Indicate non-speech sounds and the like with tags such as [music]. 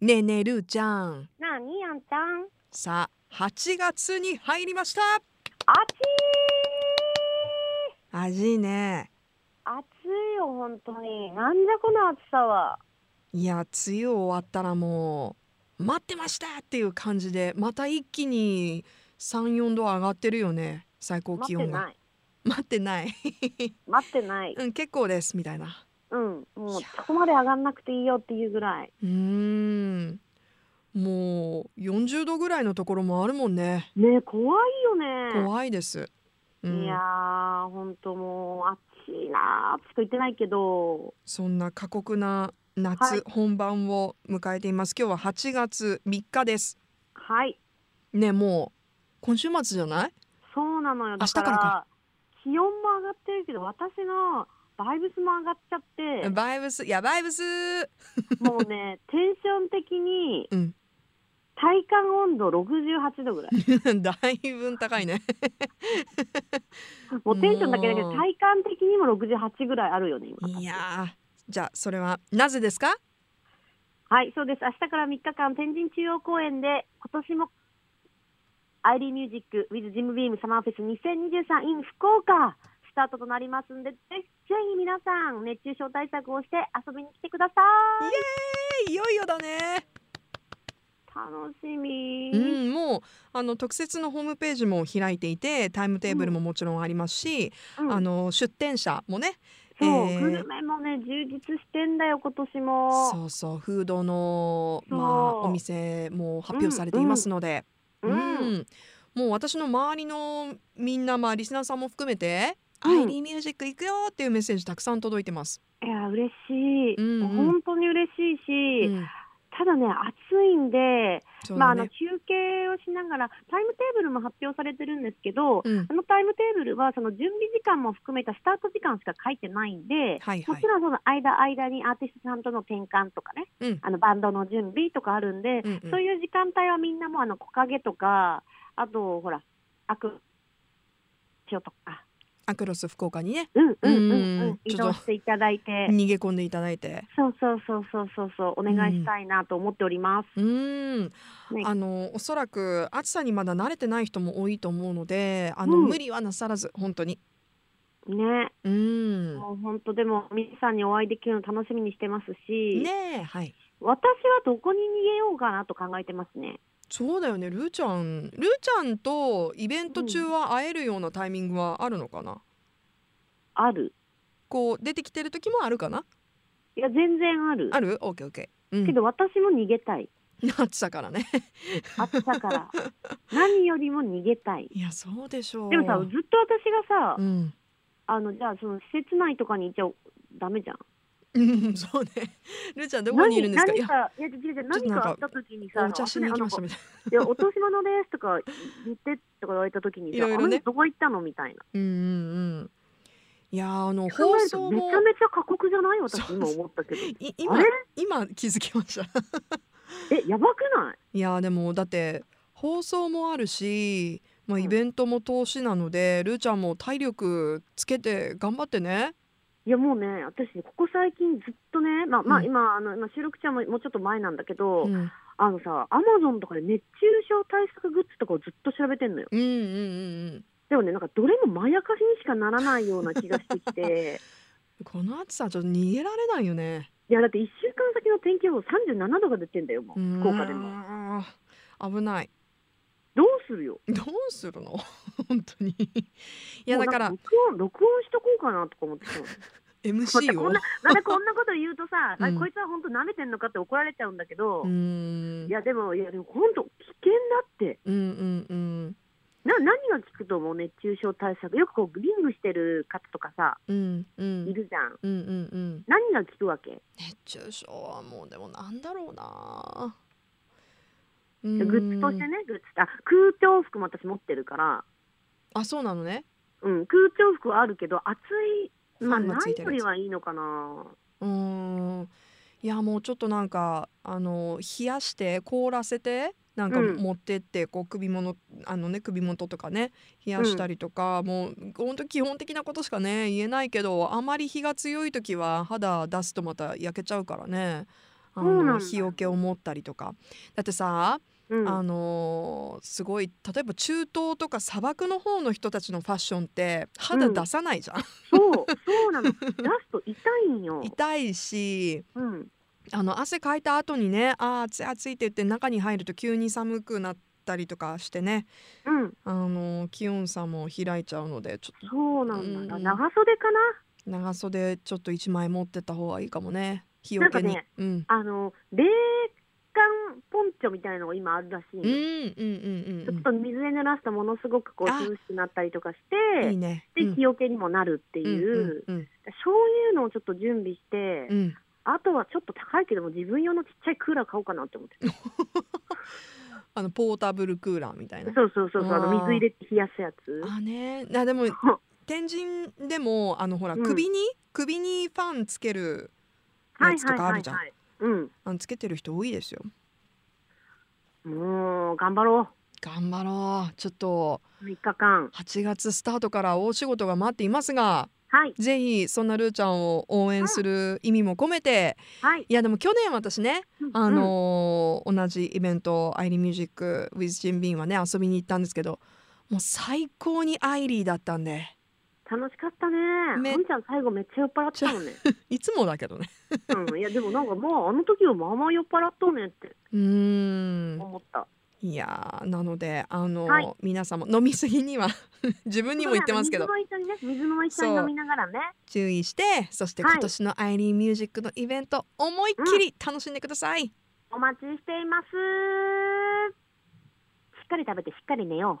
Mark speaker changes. Speaker 1: ねえねえるーちゃん
Speaker 2: なあにやんちゃん
Speaker 1: さあ8月に入りました
Speaker 2: 暑い
Speaker 1: 味ね
Speaker 2: 暑いよ本当になんじゃこの暑さはい
Speaker 1: や梅雨終わったらもう待ってましたっていう感じでまた一気に34度上がってるよね最高
Speaker 2: 待
Speaker 1: 気
Speaker 2: って
Speaker 1: 温が
Speaker 2: ない
Speaker 1: 待ってない
Speaker 2: 待ってない
Speaker 1: うん結構ですみたい [laughs] な
Speaker 2: うんもう
Speaker 1: いや
Speaker 2: そこまで上がんなくていいよっていうぐらいう
Speaker 1: ーんもう40度ぐらいのところもあるもんね
Speaker 2: ねえ怖いよね
Speaker 1: 怖いです、うん、
Speaker 2: いやー本当もう暑いなーしか言ってないけど
Speaker 1: そんな過酷な夏
Speaker 2: はい
Speaker 1: 本番を迎えています。今日は8月3日です。
Speaker 2: はい
Speaker 1: ね、もう今週末じゃない？
Speaker 2: そうなのよだから
Speaker 1: 明日からか
Speaker 2: 気温も上がってるけど私のバイブスも上がっちゃって
Speaker 1: バイブス、いやバイブス。 [laughs]
Speaker 2: もうね、テンション的に
Speaker 1: うん、
Speaker 2: 体感温度68度ぐらい。
Speaker 1: だいぶ高いね。
Speaker 2: もうテンションだけだけど、
Speaker 1: もう
Speaker 2: 体感的にも68ぐらいあるよね、今。
Speaker 1: いやー、じゃあそれはなぜですか？
Speaker 2: はい、そうです。明日から3日間、天神中央公園で、今年も、アイリーミュージック、with ジムビームサマーフェス2023 in 福岡、スタートとなりますんで、ぜひぜひ皆さん、熱中症対策をして遊びに来てくださ
Speaker 1: えー
Speaker 2: い。
Speaker 1: いよいよだね。
Speaker 2: 楽しみ。
Speaker 1: うん、もうあの特設のホームページも開いていて、タイムテーブルももちろんありますし、
Speaker 2: うん
Speaker 1: あの出店者もね、
Speaker 2: そう、
Speaker 1: えー
Speaker 2: グルメもね、充実してんだよ、今年も。
Speaker 1: そうそうフードの、
Speaker 2: そう
Speaker 1: まあ、お店も発表されていますので、
Speaker 2: うんうん
Speaker 1: んもう私の周りのみんな、まあ、リスナーさんも含めて「
Speaker 2: うん
Speaker 1: アイリーミュージック行くよ」っていうメッセージたくさん届いてます。
Speaker 2: いや嬉しい、
Speaker 1: うんうん
Speaker 2: 本当に嬉しいし、
Speaker 1: うん
Speaker 2: ただね暑いんで、
Speaker 1: そう
Speaker 2: まあ
Speaker 1: だ
Speaker 2: あの
Speaker 1: ね
Speaker 2: 休憩をしながらタイムテーブルも発表されてるんですけど、
Speaker 1: うん
Speaker 2: あのタイムテーブルはその準備時間も含めたスタート時間しか書いてないんで、
Speaker 1: はい
Speaker 2: も
Speaker 1: はい
Speaker 2: ちろんその間間にアーティストさんとの転換とかね、
Speaker 1: うん
Speaker 2: あのバンドの準備とかあるんで、
Speaker 1: うんうん
Speaker 2: そういう時間帯はみんなもあの木陰とかあとほらアクションとか、
Speaker 1: アクロス福岡にね
Speaker 2: うんうんうん
Speaker 1: う
Speaker 2: うんん、
Speaker 1: ちょ
Speaker 2: 移
Speaker 1: っと
Speaker 2: 動していただいて。
Speaker 1: 逃げ込んでいただいて
Speaker 2: そうそうそうそうそうそうお願いしたいなと思っております。
Speaker 1: うん、
Speaker 2: ね
Speaker 1: あのおそらく暑さにまだ慣れてない人も多いと思うのであの、
Speaker 2: うん
Speaker 1: 無理はなさらず本当に。
Speaker 2: ね、
Speaker 1: うん、
Speaker 2: もう本当でも皆さんにお会いできるの楽しみにしてますし、
Speaker 1: ねえはい
Speaker 2: 私はどこに逃げようかなと考えてますね。
Speaker 1: そうだよねルーちゃんルーちゃんとイベント中は会えるようなタイミングはあるのかな、
Speaker 2: ある。
Speaker 1: こう出てきてる時もあるかない
Speaker 2: や全然ある。
Speaker 1: あるオッケーオッケー、うん、
Speaker 2: けど私も逃げたい。
Speaker 1: 暑さからね
Speaker 2: 暑さ
Speaker 1: [laughs]
Speaker 2: から。何よりも逃げたい。
Speaker 1: いやそうでしょう
Speaker 2: でもさ、ずっと私がさ、
Speaker 1: うん
Speaker 2: あのじゃあその施設内とかに行っちゃダメじゃん。
Speaker 1: うん [laughs] そうねルーちゃんどこにいるんですかい
Speaker 2: 何何
Speaker 1: や
Speaker 2: かいや違う違う
Speaker 1: ちょっと
Speaker 2: 何
Speaker 1: なん
Speaker 2: か
Speaker 1: か
Speaker 2: あった時にさ、
Speaker 1: お茶しに行きましたみたい
Speaker 2: いや [laughs] お年玉ですとか言ってとか言われた時にさ、
Speaker 1: いろいろね
Speaker 2: あの人どこ行ったのみたいな。
Speaker 1: なうんうんうんいやーあの
Speaker 2: 考
Speaker 1: 放
Speaker 2: えると
Speaker 1: 送
Speaker 2: め
Speaker 1: も
Speaker 2: ちゃめちゃ過酷じゃない私
Speaker 1: そう
Speaker 2: 今思ったけど
Speaker 1: い
Speaker 2: あ
Speaker 1: [laughs] 今
Speaker 2: れ
Speaker 1: 今気づきました [laughs]
Speaker 2: えやばくない
Speaker 1: いやーでもだって放送もあるし、まあ、
Speaker 2: うん
Speaker 1: イベントも投資なので、ルーちゃんも体力つけて頑張ってね
Speaker 2: いやもうね私ねここ最近ずっとねまあ、ま
Speaker 1: う
Speaker 2: あ、
Speaker 1: ん
Speaker 2: 今、あの今収録中はもうもうちょっと前なんだけど、
Speaker 1: うん
Speaker 2: あのさアマゾンとかで熱中症対策グッズとかをずっと調べてんのよ
Speaker 1: うんうんうんうん
Speaker 2: でもねなんかどれもまやかしにしかならないような気がしてき
Speaker 1: [laughs]
Speaker 2: て
Speaker 1: この暑さちょっと逃げられないよね
Speaker 2: いやだって1週間先の天気予報37度が出てんだよもう
Speaker 1: うーん
Speaker 2: 福岡でも
Speaker 1: 危ない
Speaker 2: どうするよ
Speaker 1: どうするの [laughs] 本当にいやだから
Speaker 2: もうなん録音録音しとこうかなとか思ってたの
Speaker 1: [laughs]
Speaker 2: また
Speaker 1: MC
Speaker 2: こ
Speaker 1: を
Speaker 2: んなまたこんなこと言うとさ、
Speaker 1: [laughs]
Speaker 2: あ
Speaker 1: うん
Speaker 2: こいつは本当舐めてんのかって怒られちゃうんだけど、
Speaker 1: うーん
Speaker 2: いやでもいやでも本当危険だって
Speaker 1: うんうんうん
Speaker 2: な何が効くと思う熱中症対策よくこうリングしてる方とかさ
Speaker 1: うんう
Speaker 2: い
Speaker 1: ん
Speaker 2: るじゃん
Speaker 1: うんうんうん
Speaker 2: 何が効くわけ、
Speaker 1: 熱中症はもうでもなんだろうなグ
Speaker 2: グッズとしてねグッズあ空調服も私持ってるから、
Speaker 1: あそうなのね
Speaker 2: うん、空調服はあるけど暑いまあ
Speaker 1: ファンが
Speaker 2: な
Speaker 1: つい
Speaker 2: い
Speaker 1: て
Speaker 2: よ
Speaker 1: るやつ
Speaker 2: りはいいのかな
Speaker 1: うーんいやもうちょっとなんかあの冷やして凍らせてなんか
Speaker 2: うん
Speaker 1: 持ってってこう首元あのね首元とかね冷やしたりとか、もうほんと基本的なことしかね言えないけどあまり日が強い時は肌出すとまた焼けちゃうからねあ
Speaker 2: そうなん
Speaker 1: の
Speaker 2: だ
Speaker 1: 日よけを持ったりとかだってさ、
Speaker 2: うん、
Speaker 1: あのーすごい例えば中東とか砂漠の方の人たちのファッションって肌出さないじゃん、、
Speaker 2: そうそうなの [laughs] 出すと痛いんよ
Speaker 1: 痛いし
Speaker 2: うん、
Speaker 1: あの汗かいた後にねあー暑い暑いって言って中に入ると急に寒くなったりとかしてね
Speaker 2: うん、
Speaker 1: あのー気温差も開いちゃうのでちょっ
Speaker 2: そうなんだ、
Speaker 1: うん
Speaker 2: 長袖かな
Speaker 1: と長袖ちょっと1枚持ってった方がいいかもね日よけに、
Speaker 2: なんかね
Speaker 1: うん、
Speaker 2: あの冷感ポンチョみたいのが今あるらしい
Speaker 1: うんうん
Speaker 2: よ、
Speaker 1: うんう
Speaker 2: ちょっ
Speaker 1: ん
Speaker 2: と水で濡らすとものすごくこう
Speaker 1: あ
Speaker 2: 涼しくなったりとかし
Speaker 1: うんいい
Speaker 2: て
Speaker 1: ね
Speaker 2: で日よけにもなるって
Speaker 1: うん
Speaker 2: いう、
Speaker 1: うんうん
Speaker 2: そういうのをちょっと準備して、
Speaker 1: うんうん
Speaker 2: あとはちょっと高いけども自分用のちっちゃいクーラー買おうかなって思ってる
Speaker 1: あのポータブルクーラーみたいな
Speaker 2: そうそうそうそうあの
Speaker 1: あー
Speaker 2: 水入れて冷やすやつ
Speaker 1: あねなで
Speaker 2: [laughs]
Speaker 1: も
Speaker 2: そう
Speaker 1: 天神でもあのほら
Speaker 2: うん
Speaker 1: 首に、首にファンつける
Speaker 2: はい
Speaker 1: やつとかあるじゃん
Speaker 2: はいはいはい
Speaker 1: あのつけてる人多いですよ
Speaker 2: うんもう頑張ろ
Speaker 1: 頑張ろうちょっと
Speaker 2: う3日間
Speaker 1: 8月スタートから大仕事が待っていますが
Speaker 2: はい
Speaker 1: ぜひそんなルーちゃんを応援する意味も込めて
Speaker 2: はい
Speaker 1: いやでも去年私ねあのー同じイベント「アイリーミュージック with ジンビン」はね遊びに行ったんですけどもう最高にアイリーだったんで
Speaker 2: うん楽しかったね
Speaker 1: め
Speaker 2: あんちゃん最後めっちゃ酔っ払ってたもんね、
Speaker 1: いつもだけど
Speaker 2: [laughs]
Speaker 1: ね
Speaker 2: うん、いやでもなんかまああの時はまあまあ酔っ払っとんねって
Speaker 1: うーん
Speaker 2: 思った
Speaker 1: いやーなのであの、
Speaker 2: はい
Speaker 1: 皆さんも飲みすぎには [laughs] 自分にも言ってますけど
Speaker 2: そうだね水も一緒にね水も一緒に飲みながらね
Speaker 1: 注意してそして
Speaker 2: はい
Speaker 1: 今年のアイリーミュージックのイベント思いっきり楽しんでください。
Speaker 2: お待ちしていますしっかり食べてしっかり寝よう